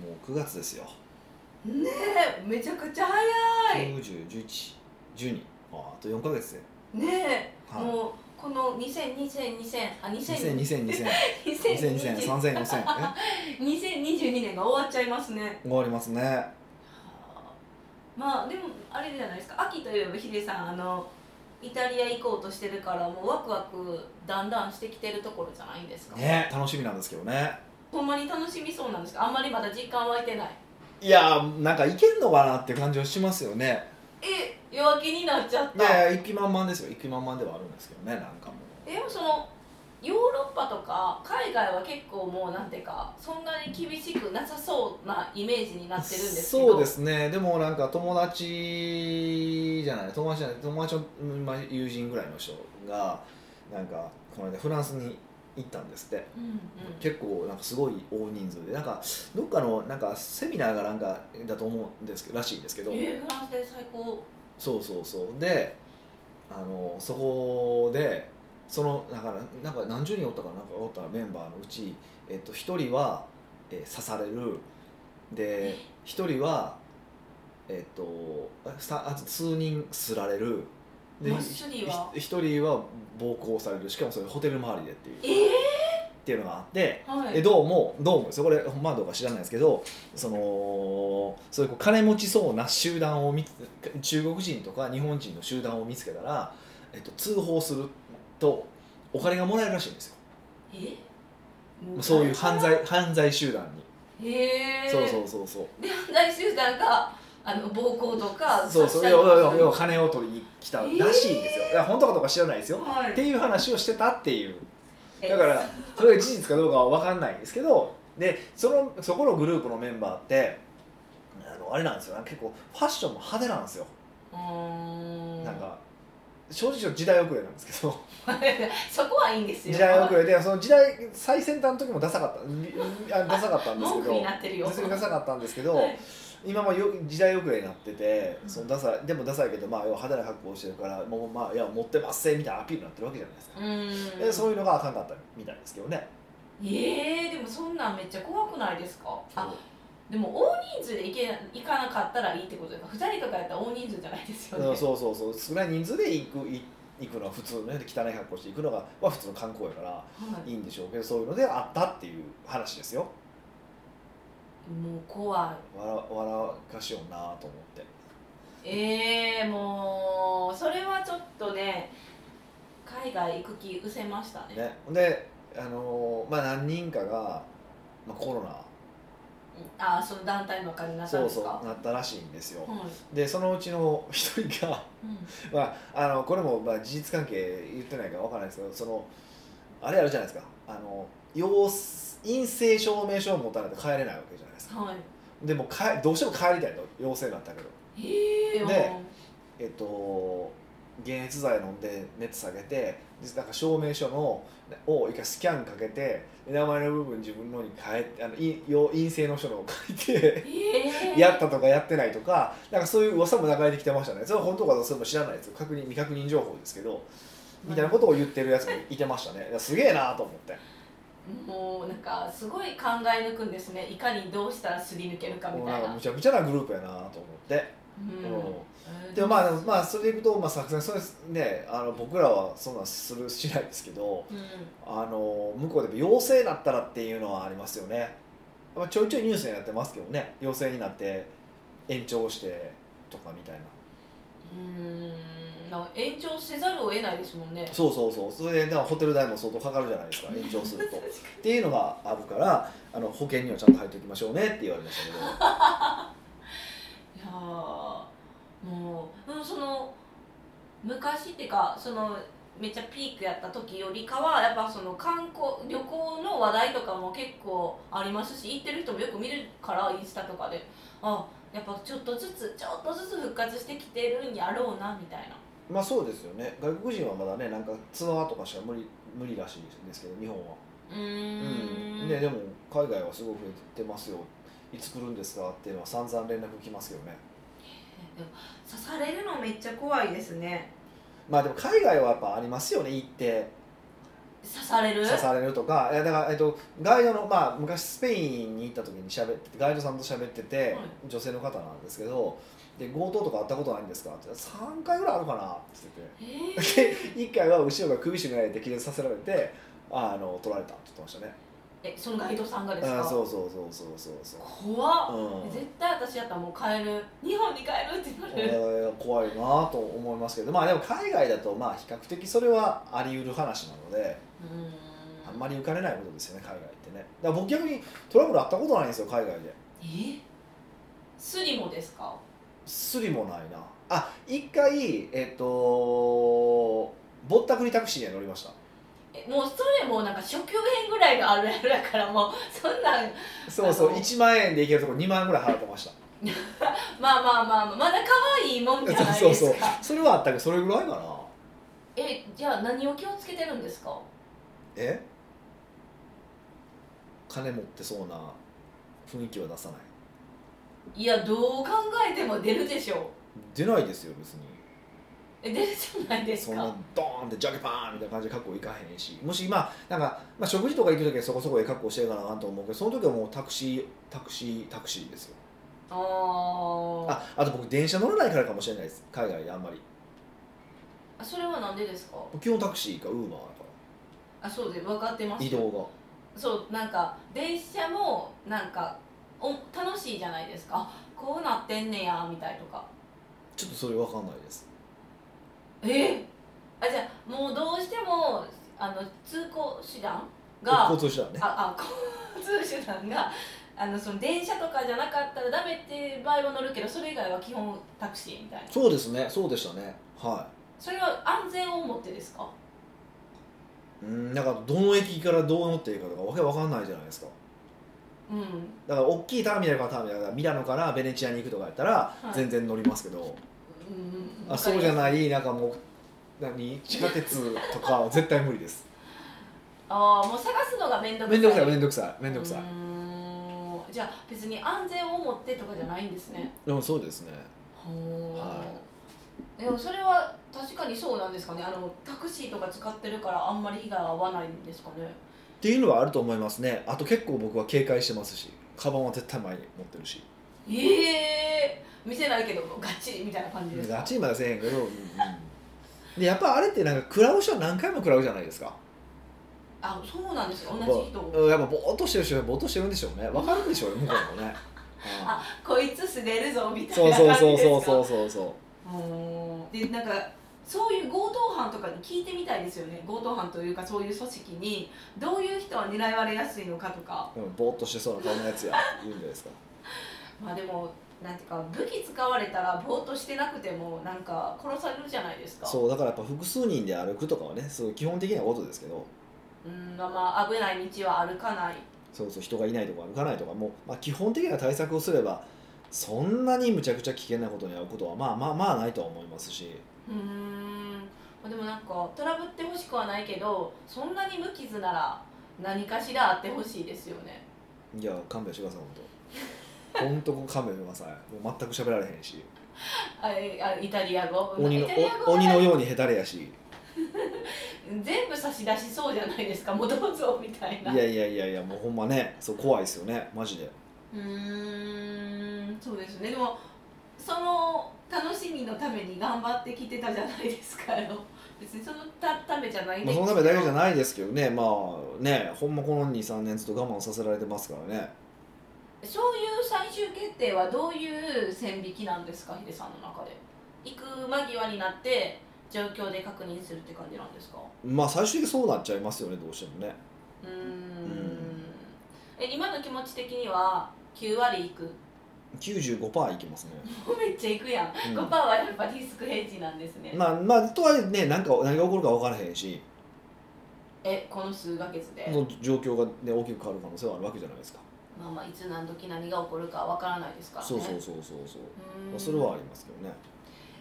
もう9月ですよねえめちゃくちゃ早い901112ああと4か月でねえ、はいもうこの2000、2000、2000、あ、2000、 2000200020003000 2020 4000 2022年が終わっちゃいますね。終わり ますねまあでもあれじゃないですか。秋といえばヒデさんあのイタリア行こうとしてるからもうワクワクだんだんしてきてるところじゃないんですか。ね楽しみなんですけどねほんまに楽しみそうなんですか。あんまりまだ実感湧いてない。いやーなんかいけんのかなって感じはしますよねえ、弱気になっちゃっいた。やいや行き満々ですよ行き満々ではあるんですけどねなんかもうでもそのヨーロッパとか海外は結構もうなんていうかそんなに厳しくなさそうなイメージになってるんですけどそうですねでもなんか友達じゃない友達じゃない友達の、うんまあ、友人ぐらいの人がなんかこの間フランスに行ったんですってうんうん、結構なんかすごい大人数でなんかどっかのなんかセミナーがなんかだと思うんですけどらしいんですけどえーフランスで最高そうそうそうであのそこでそのだからなんか何十人おったかななんかおったメンバーのうち、えっと、1人は、えー刺されるで1人はえっとあさあと数人すられるでマッシュリーは1人は暴行されるしかもそれホテル周りでっていうえっていうのがあって。ー、はいえどうもどうもですよこれほんまどうか知らないですけどそのそういうこう金持ちそうな集団を見つ中国人とか日本人の集団を見つけたら、えっと、通報するとお金がもらえるらしいんですよえもそういう犯罪犯罪集団に、へえそうそうそうそうで犯罪集団があの暴行とかそうそう刺した要りとかは要は金を取りに来たらしいんですよ、いや本当かどうか知らないですよ、はいっていう話をしてたっていうえだからそれが事実かどうかは分かんないんですけどでそのそこのグループのメンバーってあのあれなんですよね結構ファッションも派手なんですよ、うーんなんか正直時代遅れなんですけど そこはいいんですよ時代遅れでその時代最先端の時もダサかったみあダサかったんですけ文句どになってるよ別にダサかったんですけど、はい今もよ時代遅れになっててうんそのダサでもダサいけどまあ要は派手な格好をしてるからもうまあいや持ってますぜみたいなアピールになってるわけじゃないですかう、ーんでそういうのがあかんかったみたいですけどねえー、でもそんなんめっちゃ怖くないですかあでも大人数で行け行かなかったらいいってことですか2人とかやったら大人数じゃないですようねんそうそうそう少ない人数で行くい行くのは普通のね汚い格好して行くのが、まあ、普通の観光やからはいいんでしょうけどそういうのであったっていう話ですよもう怖いわらわらかしようなと思ってえー、もうそれはちょっとね海外行く気失せましたねねであのーまあ何人かが、まあ、コロナあその団体の中になったそんうですそうかなったらしいんですよ、はいでそのうちの一人が、 まあ、あのこれもまあ事実関係言ってないからわからないですけどそのあれあるじゃないですかあの陽陰性証明書を持たないと帰れないわけじゃないですかうん、はいでもかえどうしても帰りたいと要請なんだったけど、えー、でえっと、解熱剤飲んで熱下げてでなんか証明書のを一回スキャンかけてで名前の部分自分のに変えてあの陰陽陰性の人のを書いて。 えー、やったとかやってないとかなんかそういう噂も流れてきてましたねそれは本当かどうかそれも知らないですよ確認未確認情報ですけどみたいなことを言ってるやつもいてましたねいやすげえなと思ってもうなんかすごい考え抜くんですねいかにどうしたらすり抜けるかみもうたないんなかむちゃくちゃなグループやなと思って、うんうんでもまあ、まあ、それでいくと、まあ、作戦そうですねあの僕らはそんなんするしないですけどうんあの向こうでも陽性になったらっていうのはありますよね、まあ、ちょいちょいニュースになってますけどね陽性になって延長してとかみたいなうんなんか延長せざるを得ないですもんねそうそうそうそれでだからホテル代も相当かかるじゃないですか延長するとっていうのがあるからあの保険にはちゃんと入っておきましょうねって言われましたけどいやーもう、うん、その昔っていうかそのめっちゃピークやった時よりかはやっぱその観光旅行の話題とかも結構ありますし行ってる人もよく見るからインスタとかであやっぱちょっとずつちょっとずつ復活してきてるんやろうなみたいなまあそうですよね外国人はまだねなんかツアーとかしか無理無理らしいですけど日本は。うーうんん、ね、でも海外はすごく増えてますよいつ来るんですかっていうのは散々連絡来ますけどね刺されるのめっちゃ怖いですねまあでも海外はやっぱありますよね行って刺される刺されるとかいやだから、えっと、ガイドの、まあ、昔スペインに行った時にしゃべってガイドさんと喋ってて、はい女性の方なんですけどで強盗とかあったことないんですかって3回ぐらいあるかなって言ってえてー、 1回は後ろが首絞められて気絶させられてあの取られたって言ってましたねえそのガイドさんがですあかそうそうそうそうそうそう怖っ、うん絶対私やったらもう帰る日本に帰るってなる、えー怖いなと思いますけどまあでも海外だとまあ比較的それはあり得る話なのであんまりり浮かれないことですよね海外ってねだから僕逆にトラブルあったことないんですよ海外でえスリもですかすりもないなあ一回えっ、とぼったくりタクシーに乗りましたえもうそれもうなんか初級編ぐらいがあるやるやからもうそんなんそうそあうの1万円で行けるとこ2万円ぐらい払ってましたまあまあまあまあまだ可愛いもんじゃないそうでそうそすうかそれはあったけどそれぐらいかなえじゃあ何を気をつけてるんですかえ金持ってそうな雰囲気は出さないいやどう考えても出るでしょ出ないですよ別にえ出るじゃないですそんなかドーンってジャケパーンみたいな感じで格好いかへんしもし今なんか、まあ、食事とか行く時はそこそこええ格好してるかなあかんと思うけどその時はもうタクシータクシータクシーですよあーああと僕電車乗らないからかもしれないです海外であんまりあそれはなんでですか基本タクシーかウーバーだかあそうで分かってまらす移動がそうなんか電車もなんかお楽しいじゃないですかあこうなってんねやみたいとかちょっとそれ分かんないですえあじゃあもうどうしてもあの通行手段が交通手段ねああ交通手段があのその電車とかじゃなかったらダメっていう場合は乗るけどそれ以外は基本タクシーみたいなそうですねそうでしたねはそれは安全をもってですかいうんだからどの駅からどう乗っていいかとかわけ分かんないじゃないですかうん、だから大きいターミナルからターミナルだからミラノからベネチアに行くとかやったらはい全然乗りますけど、うんあそうじゃいないなんかもう何地下鉄とかは絶対無理ですああ もう探すのが面倒くさめいんどくさいめんどくさいめんどくさういーんじゃあ別に安全を持ってとかじゃないんですねでもそうですねほーはでもそれは確かにそうなんですかねあのタクシーとか使ってるからあんまり被害は合わないんですかねっていうのはあると思いますねあと結構僕は警戒してますしカバンは絶対前に持ってるしええ見せないけどガッチリみたいな感じですかガチにまでせえへんけど、うんうんでやっぱあれってなんか食らう人は何回も食らうじゃないですかあそうなんですよ同じ人をうんやっぱぼーっとしてる人はぼーっとしてるんでしょうねわかるんでしょうね向こう もねあこいつ素手るぞみうんたそいうなそう感じそうですかそうそうそうそううーんでなんかそういう強盗犯とかに聞いてみたいですよね強盗犯というかそういう組織にどういう人は狙われやすいのかとかうんぼーっとしてそうな顔のやつや言うんじゃないですかまあでもなんていうか武器使われたらぼーっとしてなくてもなんか殺されるじゃないですかそうだからやっぱ複数人で歩くとかはねそういう基本的なことですけどうんまあまあ危ない道は歩かないそうそう人がいないとか歩かないとかもう、まあ、基本的な対策をすればそんなにむちゃくちゃ危険なことに遭うことはまあまあまあないとは思いますしうーんまあでもなんかトラブってほしくはないけどそんなに無傷なら何かしらあってほしいですよねいや勘弁してくだ さい本当本当勘弁してくださいもう全く喋られへんしあえあイタリア語鬼のイタリアお語は鬼のように下手れやし全部差し出しそうじゃないですかもうどうぞみたいいなやいやいやいやもうほんまねそう怖いですよねマジでうーんそうですねでもその楽しみのために頑張ってきてたじゃないですかあの 別にそのたためじゃないまあ、そのためだけじゃいないですけどねまあねほんまこの23年ずっと我慢させられてますからねそういう最終決定はどういう線引きなんですかヒデさんの中で行く間際になって状況で確認するって感じなんですかまあ最終的にそうなっちゃいますよねどうしても ねうーんんえ今の気持ち的には9割いく 95%いきますね、もうめっちゃいくやんうん5%はやっぱリスクヘッジなんですね、まあまあとはいえねなんか何が起こるか分からへんしえこの数ヶ月でその状況が、ね、大きく変わる可能性はあるわけじゃないですかまあまあいつ何時何が起こるかわからないですからねそうそうそうそうそう、うーまあ、んそれはありますけどね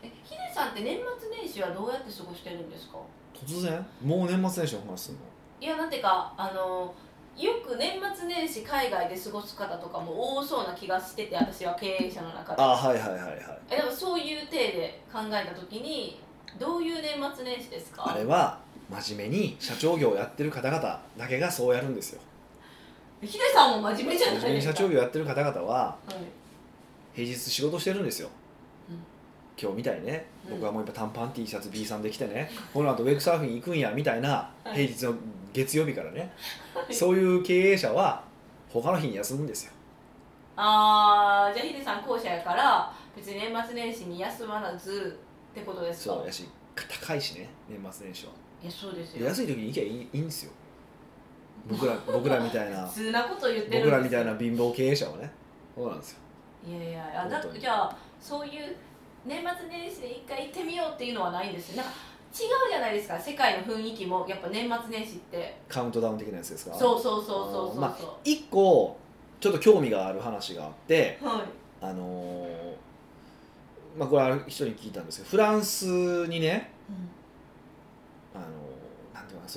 えヒデさんって年末年始はどうやって過ごしてるんですか突然もう年末年始の話するのいやなんていうかあのよく年末年始海外で過ごす方とかも多そうな気がしてて私は経営者の中であはいはいはいはいえでもそういう体で考えた時にどういう年末年始ですかあれは真面目に社長業をやってる方々だけがそうやるんですよヒデさんも真面目じゃ真面ない目でにすか社長業やってる方々ははい平日仕事してるんですよ、うん今日みたいにねうん僕はもう今短パン T シャツ B さんできてね、この後ウェイクサーフィン行くんやみたいなはい平日の月曜日からね、はいそういう経営者は他の日に休むんですよああじゃあヒデさん後者やから別に年末年始に休まずってことですかそうやし高いしね年末年始はいやそうですでよ安い時に行けばいいいいんです よ僕ら僕らみたいな普通なこと言ってるんです僕らみたいな貧乏経営者はねそうなんですよいやいやいやだ本当にじゃあそういう年末年始で一回行ってみようっていうのはないんですよなんか違うじゃないですか世界の雰囲気もやっぱ年末年始ってカウントダウン的なやつですかそうそうそうそうそうそう、まあ一個ちょっと興味がある話があってはいあのーまあこれある人に聞いたんですけどフランスにねあのーなんていうかな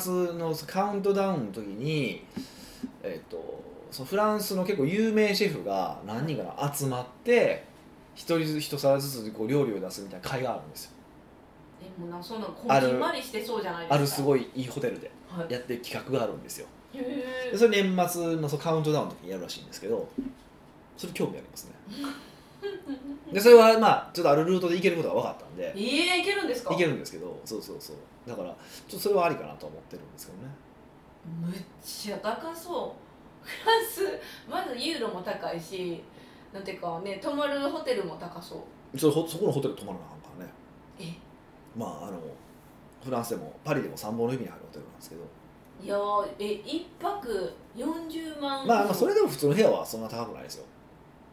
その年末のカウントダウンの時にえっ、とそのフランスの結構有名シェフが何人かな集まって一人ずつ一皿ずつこう料理を出すみたいな会があるんですよえもうなんかそんなこあるじんまりしてそうじゃないですかあるすい、ごいいいホテルではい、やってる企画があるんですよへでーそれ年末のそのカウントダウンの時にやるらしいんですけどそれ興味ありますねでそれはまあちょっとあるルートで行けることが分かったんでえー、いけるんですか行けるんですけどそうそうそうだからちょっとそれはありかなとは思ってるんですけどねむっちゃ高そうフランスまずユーロも高いしなんていうかね泊まるホテルも高そうそれほそこのホテル泊まらなあかんからねえまああのフランスでもパリでも3本の指に入るホテルなんですけど、いやーえ一泊40万まあまあそれでも普通の部屋はそんな高くないですよ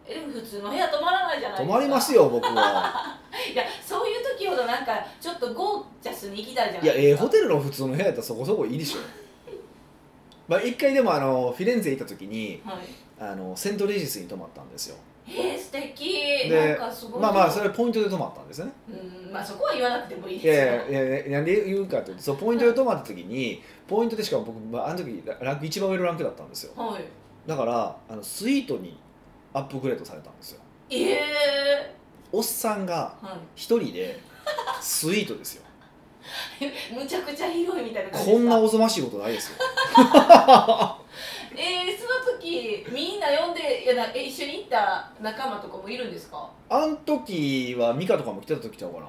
えでも普通の部屋泊まらないじゃない泊ですかまりますよ僕 はいやそういう時ほどなんかちょっとゴージャスに行きたいじゃないいやええですかホテルの普通の部屋やったらそこそこいいでしょまあ一回でもあのフィレンツェ行った時にはいあのセントレジスに泊まったんですよえー、素敵でなんかすごいまあまあそれはポイントで泊まったんですよねうんまあそこは言わなくてもいいいやですよいやいやいやなんで言うかというとそうポイントで泊まった時にポイントでしかも僕、まあ、あの時ラランク一番上のランクだったんですよはいだからあのスイートにアップグレードされたんですよええおっさんがー、は一人でスイートですよい むちゃくちゃ広いみたいな感じでこすんかなおぞましいことないですよえー、その時みんな呼んでいやなえ一緒に行った仲間とかもいるんですかあの時はミカとかも来てた時ちゃうかな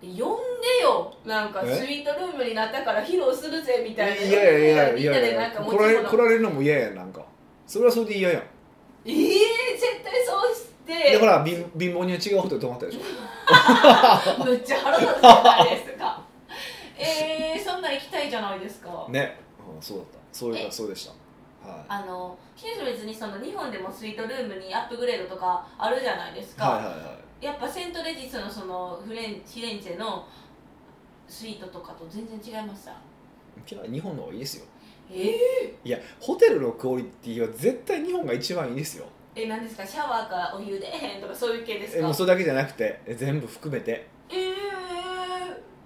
呼んでよなんかえスイートルームになったから披露するぜみたいないやいやいやいみんなやでいなんやか来持ちられ物来られるのも嫌やんなんかそれはそれで嫌やんえー、絶対そうしてでほら貧貧乏には違うホテル泊まったでしょむっちゃ腹立つじゃないで すかえー、そんなん行きたいじゃないですかね、うん、そうだったそういうえかそうでしたはいあのヒデさん別にその日本でもスイートルームにアップグレードとかあるじゃないですか、はいはいはいやっぱセントレジスのそのフレンフィレンチェのスイートとかと全然違いましたいや日本の方がいいですよえいやホテルのクオリティは絶対日本が一番いいですよー、え何ですかシャワーからお湯でへんとかそういう系ですえもかうそれだけじゃなくてえ全部含めてえー、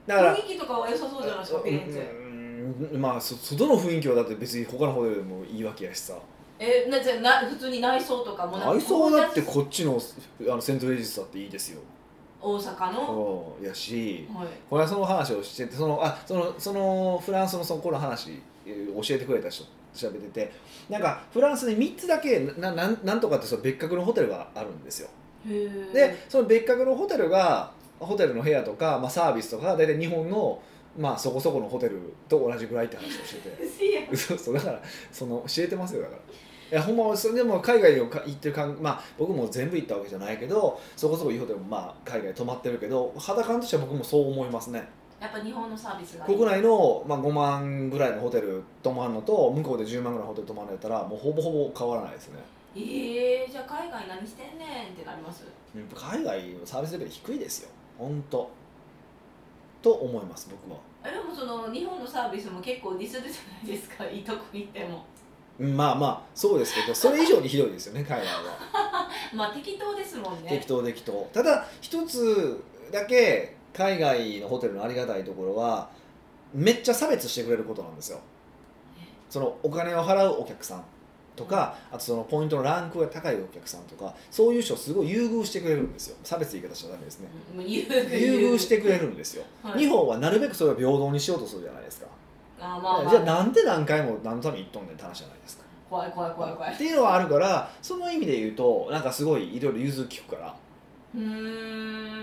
だから雰囲気とかは良さそうじゃないですかフィレンチェうんうんまあそ外の雰囲気はだって別に他のホテルでもいいわけやしさえなじゃあな普通に内装とかもなんか内装だってこっちのあのセントレジスだっていいですよ大阪の、うんやしはいこれはその話をしててそのあそのそのフランスのその頃の話えー教えてくれた人調べててなんかフランスに3つだけななんなんとかってその別格のホテルがあるんですよへーでその別格のホテルがホテルの部屋とか、まあ、サービスとかが大体日本の、まあ、そこそこのホテルと同じぐらいって話をして てせやそうそうだからその教えてますよだからいやほんまそれでも海外をか行ってる感まあ僕も全部行ったわけじゃないけどそこそこいいホテルもまあ海外泊まってるけど肌感としては僕もそう思いますねやっぱ日本のサービスがいい国内の、まあ、5万ぐらいのホテル泊まるのと向こうで10万ぐらいのホテル泊まるのやったらもうほぼほぼ変わらないですねえー、じゃあ海外何してんねんってなりますやっぱ海外のサービスレベル低いですよ本当と思います僕はあでもその日本のサービスも結構ディスるじゃないですか いいとこ行ってもまあまあそうですけどそれ以上にひどいですよね 海外はまあ適当ですもんね適当適当ただ一つだけ海外のホテルのありがたいところはめっちゃ差別してくれることなんですよそのお金を払うお客さんとかあとそのポイントのランクが高いお客さんとかそういう人をすごい優遇してくれるんですよ差別言い方しちゃダメですねもう優遇優遇してくれるんですよ、はい日本はなるべくそれを平等にしようとするじゃないですか、あーまあ、まあ、じゃあなんで何回も何のために言っとんねんって話じゃないですか怖い怖い怖い怖いっていうのはあるからその意味で言うとなんかすごいいろいろ融通きくからうーん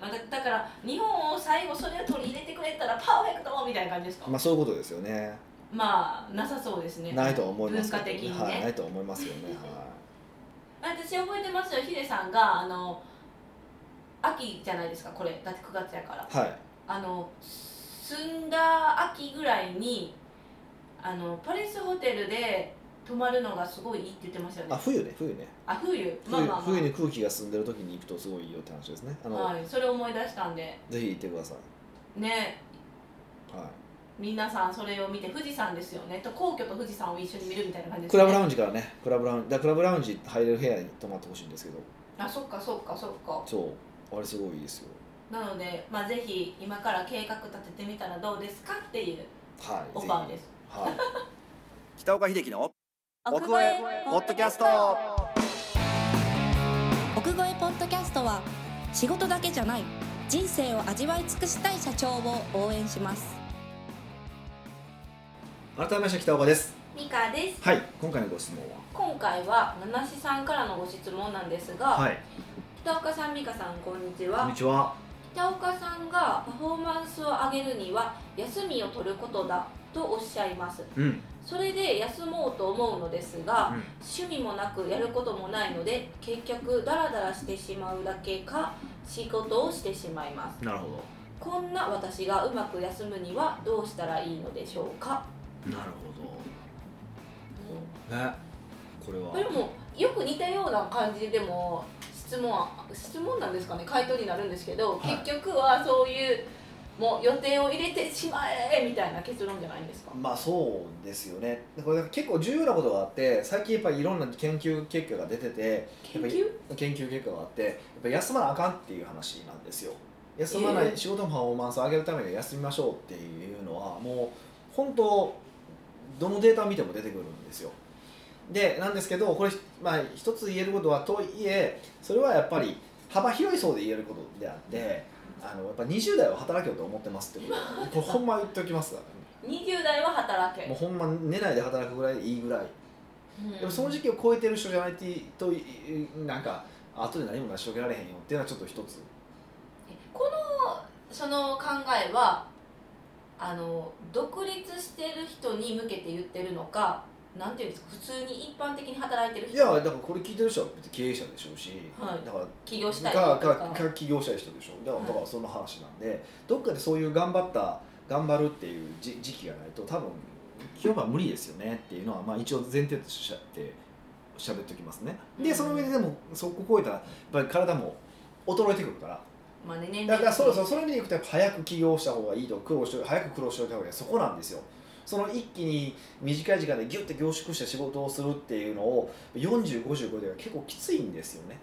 まあだだから日本を最後それを取り入れてくれたらパーフェクトみたいな感じですかまあそういうことですよねまあなさそうですねないとは思います文化的にね、はい、ないとは思います よね、は私覚えてますよヒデさんがあの秋じゃないですかこれだって9月やからい、はい、あの住んだ秋ぐらいにあのパレスホテルで泊まるのがすごいいいって言ってましたよあね冬ね冬ねあ冬冬,、まあまあ、まあ、冬に空気が進んでる時に行くとすごいいいよって話ですねあの、はい、それを思い出したんでぜひ行ってください、ねは皆さんそれを見て富士山ですよねと皇居と富士山を一緒に見るみたいな感じい、ですクねラブラウンジからねクラブラウンジだクラブラウンジ入れる部屋に泊まってほしいんですけどあそっかそっかそっかそうあれすごいいいですよなので、まあ、ぜひ今から計画立ててみたらどうですかっていうはいオファーですすはい北岡秀樹の奥越えポッドキャスト奥越えポッドキャストは仕事だけじゃない人生を味わい尽くしたい社長を応援します改めまして北岡ですミカですはい今回のご質問今回は七志さんからのご質問なんですが、ははい北岡さん美香さんこんにちこはんにちは北岡さんがパフォーマンスを上げるには休みを取ることだとおっしゃいますうんそれで休もうと思うのですが、うん趣味もなくやることもないので結局ダラダラしてしまうだけか仕事をしてしまいますなるほどこんな私がうまく休むにはどうしたらいいのでしょうか、なるほどねこれはこれもよく似たような感じでも質問は質問なんですかね回答になるんですけはど、い結局はそういうもう予定を入れてしまえみたいな結論じゃないんですか、まあそうですよねこれ結構重要なことがあって最近やっぱりいろんな研究結果が出てて研やっぱ究研究結果があってやっぱり休まなあかんっていう話なんですよ休まない、ええ仕事のパフォーマンスを上げるためには休みましょうっていうのはもう本当どのデータを見ても出てくるんですよでなんですけどこれ、まあ、一つ言えることはとはいえそれはやっぱり幅広い層で言えることであってあのやっぱ20代は働けようと思ってますってことこれほんま言っておきます20代は働けもうほんま寝ないで働くぐらいでいいぐらいうんでもその時期を超えてる人じゃないといなんか後で何も成し遂げられへんよっていうのはちょっと一つこのその考えはあの独立してる人に向けて言ってるのかなんていうんですか普通に一般的に働いてるい人やだからこれ聞いてる人は別に経営者でしょうし、はいだから起業したい人かとかかか起業したい人でしょだかはらいだからその話なんで、どっかでそういう頑張った頑張るっていうじ時期がないと多分基本は無理ですよねっていうのは、まあ、一応前提としてしゃって喋っておきますねうでんその上ででもそこ超えたらやっぱり体も衰えてくるからまあね年齢だからそうそうそれに行くとやっぱ早く起業した方がいいと苦労して早く苦労しておいた方がいいそこなんですよその一気に短い時間でギュッて凝縮して仕事をするっていうのを4050では結構きついんですよね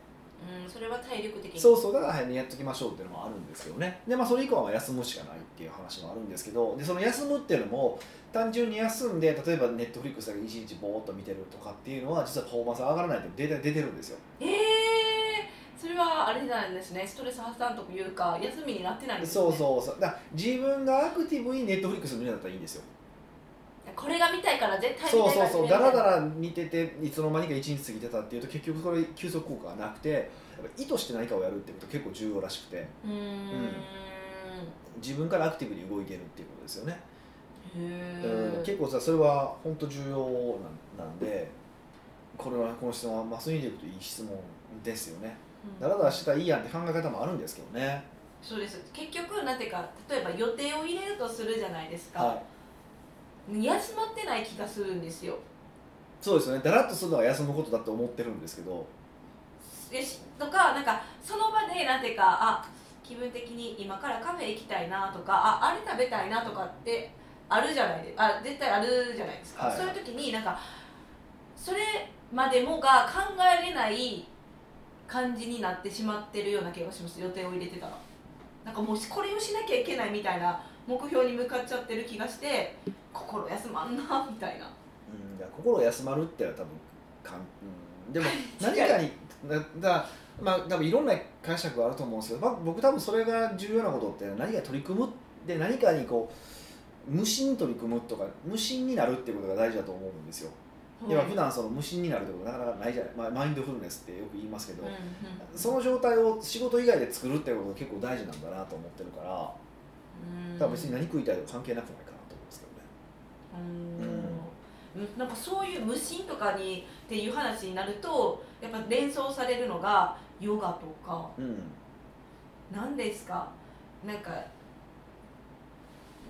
うんそれは体力的にそうそうだから早めにやっときましょうっていうのもあるんですけどねでまあそれ以降は休むしかないっていう話もあるんですけどでその休むっていうのも単純に休んで例えばネットフリックスだけ一日ぼーっと見てるとかっていうのは実はパフォーマンス上がらないってデータで出てるんですよえー、それはあれなんですねストレス発散というか休みになってないんですねそうそうそうだから自分がアクティブにネットフリックス見るんだったらいいんですよこれが見たいから絶対見そうたいそうそからう見ただいらだら見てていつの間にか一日過ぎてたっていうと結局それ休息効果がなくてやっぱ意図して何かをやるってこと結構重要らしくてうーんうん自分からアクティブに動いてるっていうことですよね、へうんー結構さそれは本当重要なんなんでこれはこの質問はマスにでいくといい質問ですよねだらだらしてたらいいやんって考え方もあるんですけどねそうです結局なんていうか例えば予定を入れるとするじゃないですか、はい休まってない気がするんですよそうですよねだらっとするのが休むことだと思ってるんですけどでしとかなんかその場でなんていうかあ気分的に今からカフェ行きたいなとかああれ食べたいなとかってあるじゃないであ絶対あるじゃないですか、はいそういう時になんかそれまでもが考えれない感じになってしまってるような気がします予定を入れてたらなんかもうこれをしなきゃいけないみたいな目標に向かっちゃってる気がして心休まんなみたいなうん、だから心休まるってのは多分かん、うん、でも何かにだだまあ多分いろんな解釈があると思うんですけど、まあ、僕多分それが重要なことって何か取り組むで何かにこう無心に取り組むとか無心になるっていうことが大事だと思うんですよ。今普段その無心になるってことなかなかないじゃない、まあ、マインドフルネスってよく言いますけど、うんうんその状態を仕事以外で作るってことが結構大事なんだなと思ってるから、うん多分別に何食いたいとか関係なくないかなと思うんですけどね。うんなんかそういう無心とかにっていう話になるとやっぱ連想されるのがヨガとかうん、何ですかなんか、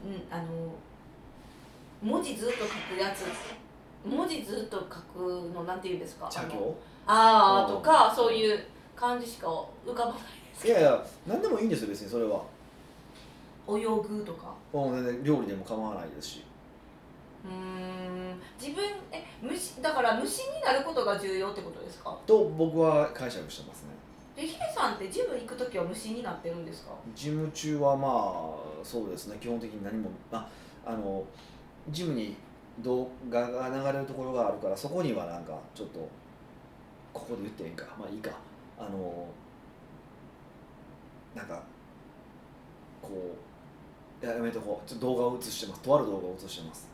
うん、あの文字ずっと書くやつ文字ずっと書くのなんていうんですか茶あの業あーうんとかそういう感じしか浮かばないいやいや何でもいいんですよ別にそれは泳ぐとかもう全然料理でも構わないですしうーん自分え虫だから虫になることが重要ってことですかと僕は解釈してますねでヒデさんってジム行く時は虫になってるんですかジム中はまあそうですね基本的に何もああのジムに動画が流れるところがあるからそこにはなんかちょっとここで言っていいんかまあいいかあのなんかこういややめとこうちょっと動画を映してますとある動画を映してます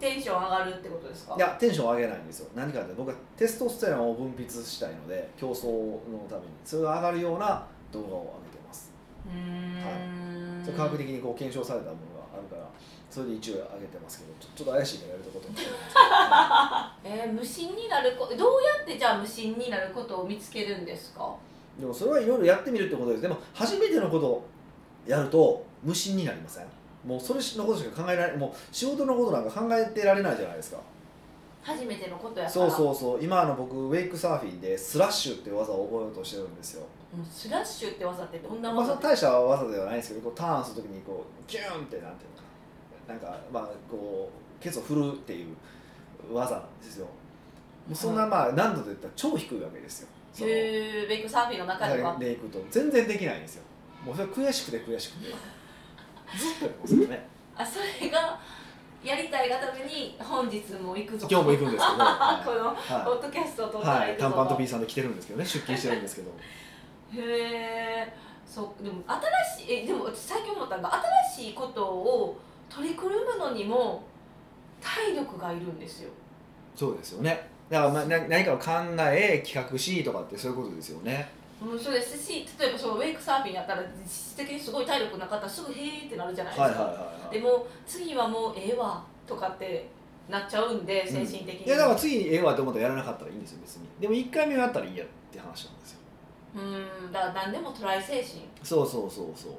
テンション上がるってことですかいやテンション上げないんですよ何かって僕はテストステロンを分泌したいので競争のためにそれが上がるような動画を上げてますうーんそれ科学的にこう検証されたものがあるからそれで一応上げてますけどちょちょっと怪しいからやるとこともえー無心になるこどうやってじゃあ無心になることを見つけるんですかでもそれはいろいろやってみるってことですでも初めてのことをやると無心になりませんもうそれのことしか考えられもう仕事のことなんか考えてられないじゃないですか初めてのことやからそうそうそう今あの僕ウェイクサーフィンでスラッシュっていう技を覚えようとしてるんですようんスラッシュって技ってどんなまあ、そ技のですか大した技ではないですけどこうターンするときにこうギューンってなんていうのかななんかまあこうケツを振るっていう技なんですよもうそんなまあ難度で言ったら超低いわけですよそのへーベイクサーフィンの中ではでいくと全然できないんですよもうそれ悔しくて悔しくてずっとやってますよねあそれがやりたいがために本日も行くぞ 今日も行くんですけど、あ このポはッドキャストを撮いっ、たらは行い、くぞ短パンと P さんで来てるんですけどね出勤してるんです けどへえそうでも新しいえでも私最近思ったのが新しいことを取り組むのにも体力がいるんですよそうですよねだからまあな何かを考え企画しとかってそういうことですよねもうそうですし例えばそのウェイクサーフィンやったら実質的にすごい体力なかったらすぐへーってなるじゃないですはか、いはいはい、はいでも次はもうええわとかってなっちゃうんで精神的に、いやだから次にええわと思ったらやらなかったらいいんですよ別にでも1回目はやったらいいやって話なんですようんだから何でもトライ精神、そうそうそうそう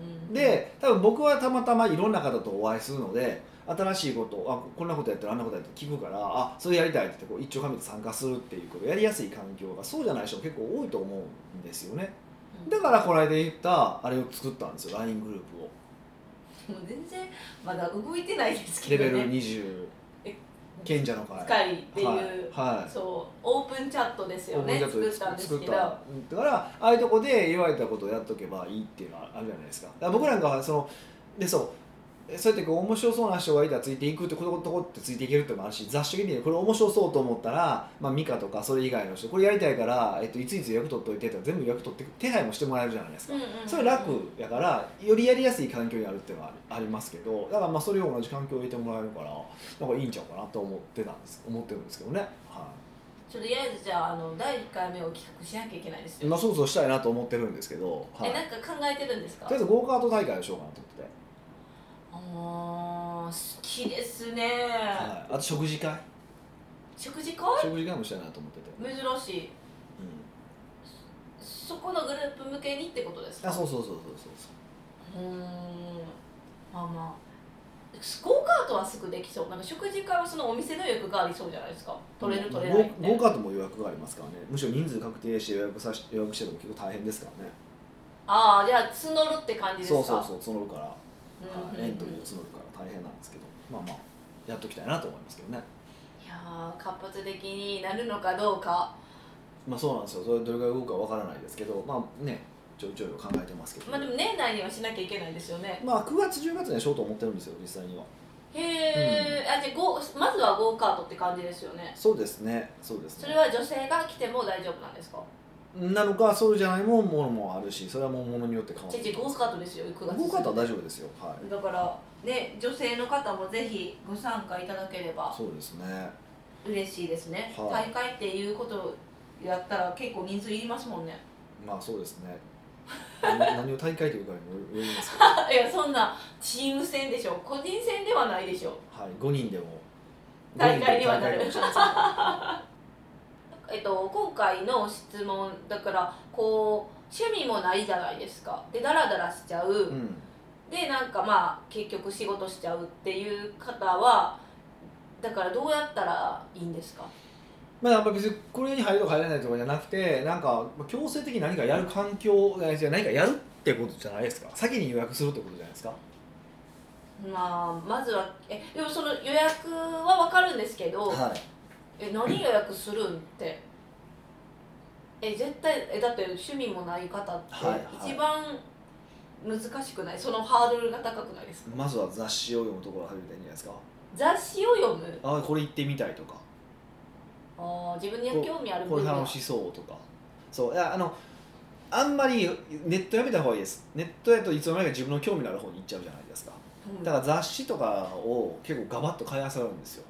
うん、で多分僕はたまたまいろんな方とお会いするので新しいことあこんなことやってるあんなことやってる聞くからあそれやりたいって言ってこう一丁紙で参加するっていうことやりやすい環境がそうじゃない人も結構多いと思うんですよねうんだからこの間言ったあれを作ったんですよ LINE グループをもう全然まだ動いてないですけレどベねル20え賢者の会深いっていう、はいはいそうオープンチャットですよねオープ作ンっチャたットんでです作っけたどだからああいうとこで言われたことをやっとけばいいっていうのはあるじゃないですかだから僕なんかはそのでそうそうやってこう面白そうな人がいたらついていくってことことこってついていけるってのもあるし雑誌的にこれ面白そうと思ったら、まあ、ミカとかそれ以外の人これやりたいから、えっと、いついつ予約取っといてとか全部予約取って手配もしてもらえるじゃないですか、それ楽やからよりやりやすい環境にあるっていうのはありますけどだからまあそれを同じ環境を入れてもらえるからなんかいいんちゃうかなと思ってたんです思ってるんですけどね、はいとりあえずじゃああの第1回目を企画しなきゃいけないですよ、まあ、そうそうしたいなと思ってるんですけど、はい、えとなんか考えてるんですかりあえずゴーカート大会をしようかなと思ってて、あー好きですね、はい、あと食事会食事会食事会もしたいなと思ってて、珍しいうん、そこのグループ向けにってことですかあそうそうそうそうそううーんまあまあゴーカートはすぐできそうなんか食事会はそのお店の予約がありそうじゃないですか取れる取れないゴみたーいゴーなカートも予約がありますからねむしろ人数確定して予約さし予約しても結構大変ですからねああじゃあ募るって感じですそかうそうそう募るから、はうんうんうんい、エントリーを募るから大変なんですけどまあまあやっときたいなと思いますけどねいやー活発的になるのかどうかまあそうなんですよそれどれぐらい動くかわからないですけどまあねちょいちょい考えてますけど、まあでも年内にはしなきゃいけないですよねまあ9月10月にはしようと思ってるんですよ実際にはうへえ、あじゃあゴーまずはゴーカートって感じですよねそうですねそうですねそれは女性が来ても大丈夫なんですかなのかそうじゃないものもあるしそれはもうものによって変わチェチるゴーカートですよ9月動かったら大丈夫ですよはいだからね女性の方もぜひご参加いただければそうですね嬉しいですね、はい大会っていうことやったら結構人数いりますもんねまあそうですねな何を大会というかにもよりますけど、いやそんなチーム戦でしょ個人戦ではないでしょはい、5人でも大会にはなる五人でも大会かもしれませんえっと、今回の質問だからこう趣味もないじゃないですかでダラダラしちゃう、うんでなんかまあ結局仕事しちゃうっていう方はだからどうやったらいいんですかまあ、やっぱ別にこれに入るとか入らないとかじゃなくてなんかまあ強制的に何かやる環境えーじゃあ何かやるってことじゃないですか先に予約するってことじゃないですかまあまずはえでもその予約は分かるんですけど、はえ何予約するんってえ絶対えだって趣味もない方ってはいはい一番難しくない、そのハードルが高くないですかいまずは雑誌を読むところから始めたらいいんじゃないですか雑誌を読むあこれ行ってみたいとかあー自分に興味あるこれ分野楽しそうとかそういやあのあんまりネットやめた方がいいですネットやといつの間にか自分の興味のある方に行っちゃうじゃないですかうんだから雑誌とかを結構ガバッと買いあさるんですよ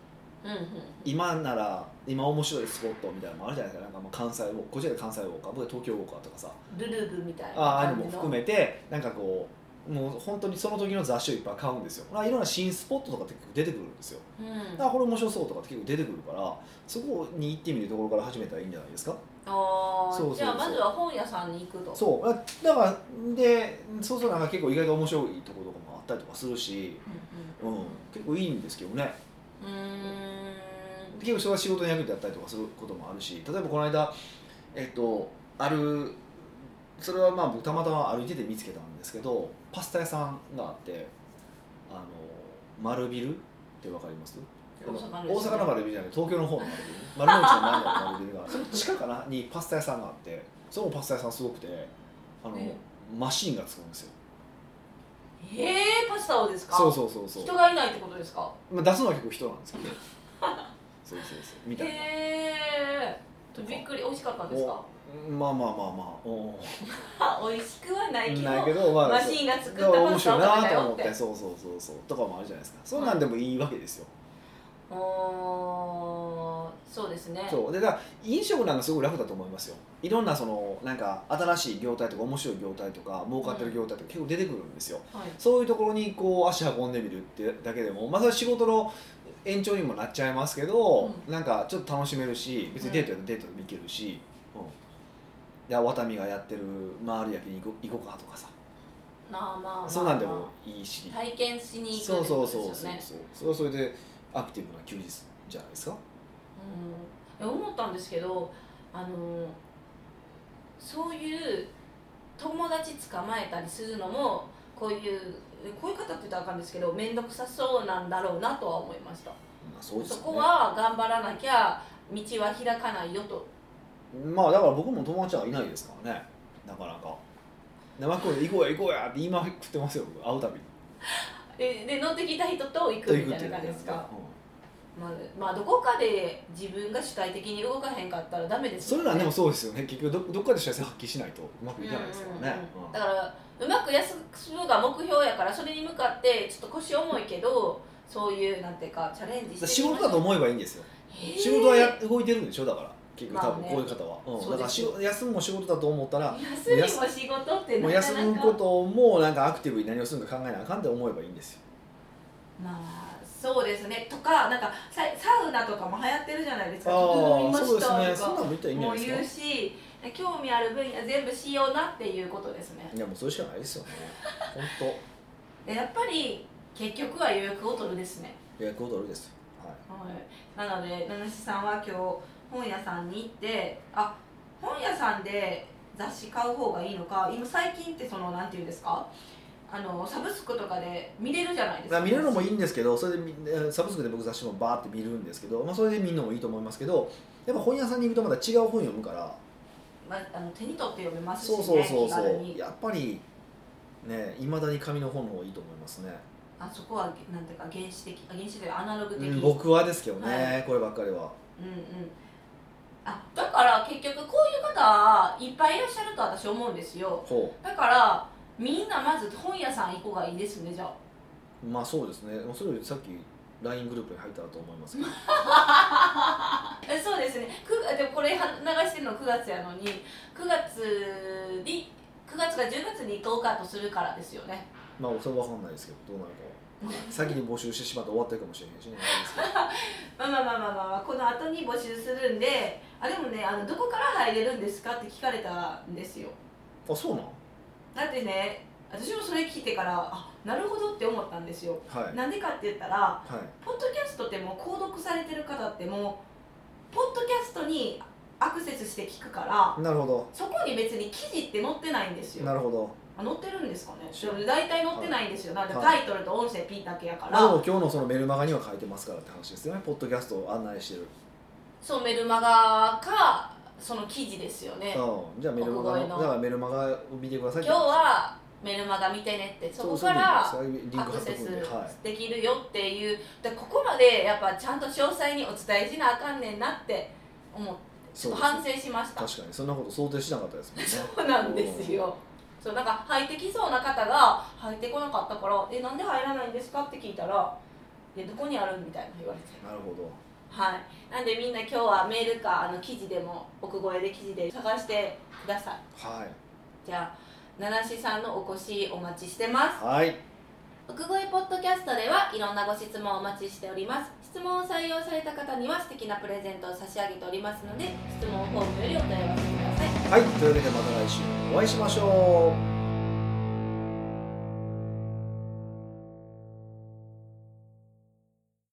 うんうん今なら今面白いスポットみたいなのもあるじゃないですかなんかまあ関西ウォークこっちで関西ウォーカー僕は東京ウォーカーとかさルルブみたいなあああいうのも含めめてなんかこうもう本当にその時の雑誌をいっぱい買うんですよあいろんな新スポットとかって結構出てくるんですようんだからこれ面白そうとかって結構出てくるからそこに行ってみるところから始めたらいいんじゃないですかあーそうそうそうじゃあまずは本屋さんに行くとそうだだからでそうそうなんか結構意外と面白いところとかもあったりとかするし、ううんん、結構いいんですけどねうんうで結構それは仕事に役に立ったりとかすることもあるし例えばこの間えっとあるそれはまあ僕たまたま歩いてて見つけたんですけどパスタ屋さんがあってあの丸ビルってわかりますーん大のですね阪の丸ビルじゃない東京の方の丸ビル丸の内の前の丸ビルが その地下かなにパスタ屋さんがあってそのパスタ屋さんすごくてあの、えマシンがつくんですよえー、パスタをですかそうそうそうそう人がいないってことですかまあ、出すのは結構人なん ですけどそうそうそうみたいな、へえー、びっくり美味しかったんですかおまあまあまあまあおあ美味しくはないけどないけど、まあ、マシンが作ったそうパスタ面を食べ白たいなとよ思っっててそうそうそうそうとかもあるじゃないですかそんなんでもいいわけですよ、おーそうですねそうでだから飲食なんかすごい楽だと思いますよいろんなそのなんか新しい業態とか面白い業態とか儲かってる業態とか結構出てくるんですよはい、そういうところにこう足運んでみるってだけでもまあそれは仕事の延長にもなっちゃいますけど、なんかちょっと楽しめるし別にデートやったらデートでも行けるし、うんでワタミがやってる回る焼きに行こ行こうかとかさ、まあまあまあそんなんでもいいし、体験しに行そくうってこそうとそうそうですそうよねそれはそれでアクティブな休日じゃないですかうん、思ったんですけどあのそういう友達捕まえたりするのもこういうこういう方って言ったらあかんですけど面倒くさそうなんだろうなとは思いましたまあそうですそよねこは頑張らなきゃ道は開かないよとまあだから僕も友達はいないですからねなかなか生クで行こうや行こうやって言いまくってますよ僕会うたびにでで乗ってきた人と行くみたいな感じですかうんまあ、まあ、どこかで自分が主体的に動かへんかったらダメですそもれんねなんでもそうですよね結局どどっかで幸せ発揮しないとうまくいかないですからね、うんうんううんんだからうまく休むが目標やからそれに向かってちょっと腰重いけどそういうなんていうかチャレンジして仕事だと思えばいいんですよへー仕事はや動いてるんでしょだから結局多まあ分ねこういう方は、うんそうですよだから仕事休むも仕事だと思ったら休みも仕事ってもうなか休むなこかともなんかアクティブに何をするのか考えなあかんって思えばいいんですよまあそうですねとかなんかササウナとかも流行ってるじゃないですか整いあまあそうでしたすねとそんなかんもいったらいいんじゃもなういです言かうし興味ある分野全部しようなっていうことですねいやもうそれしかないですよね本 当でやっぱり結局は予約を取るですね予約を取るですよはいはい、なので名主さんは今日本屋さんに行ってあ本屋さんで雑誌買う方がいいのか今最近ってそのなんていうんですかあのサブスクとかで見れるじゃないですまあか見れるのもいいいんですけどそれでみえーサブスクで僕雑誌もバーって見るんですけど、まあ、それで見るのもいいと思いますけどやっぱ本屋さんに行くとまた違う本読むからまあ、あの手に取って読めますし、そね、うそうそう気そ軽うにやっぱりねいまだに紙の本の方がいいと思いますねああそこはなんていうか原始的あ原始的アナログ的、うん僕はですけどね、はこればっかりはうんうんあだから結局こういう方いっぱいいらっしゃると私思うんですよほだからみんなまず本屋さん行こうがいいですねじゃあうまあそうですねもうそれよりさっき LINE グループに入ったらと思いますけどえそうですねくでもこれは流してるの9月やのに9月に9月か10月に10日とするからですよねまあそれは分かんないですけどどうなるかは先に募集してしまって終わってるかもしれへんしねまあまあまあまあまあ、まあ、この後に募集するんであでもねあのどこから入れるんですかって聞かれたんですよあそうなんだってね私もそれ聞いてからあなるほどって思ったんですよはいなんでかって言ったらはいポッドキャストってもう購読されてる方ってもうポッドキャストにアクセスして聞くからなるほそこに別に記事って載ってないんですどよなるほどあ載ってるんですかね知らんでも大体載ってないんですよ、なんではタイトルと音声 P だけやから、まあでも今日のそのメルマガには書いてますからって話ですよねポッドキャストを案内してる、そうメルマガかその記事ですよねうん、じゃあメルマガ奥越えののだからメルマガを見てください今日はメルマガ見てねってそこそうからそういうリンアクク貼っセてくスるんではいできるよっていうでここまでやっぱちゃんと詳細にお伝えしなあかんねんなって思ってちそょうっでとす反省しました確かにそんなこと想定しなかったですもんね そうなんですよ。そうなんか入ってきそうな方が入ってこなかったから「えなんで入らないんですか?」って聞いたら「えどこにある?」みたいな言われてなるほどはいなんでみんな今日はメールかあの記事でも奥越えで記事で探してくださいはいじゃあ七志さんのお越しお待ちしてますはい奥越えポッドキャストではいろんなご質問をお待ちしております質問を採用された方には素敵なプレゼントを差し上げておりますので質問フォームよりお問い合わせくださいはいというわけでまた来週お会いしましょう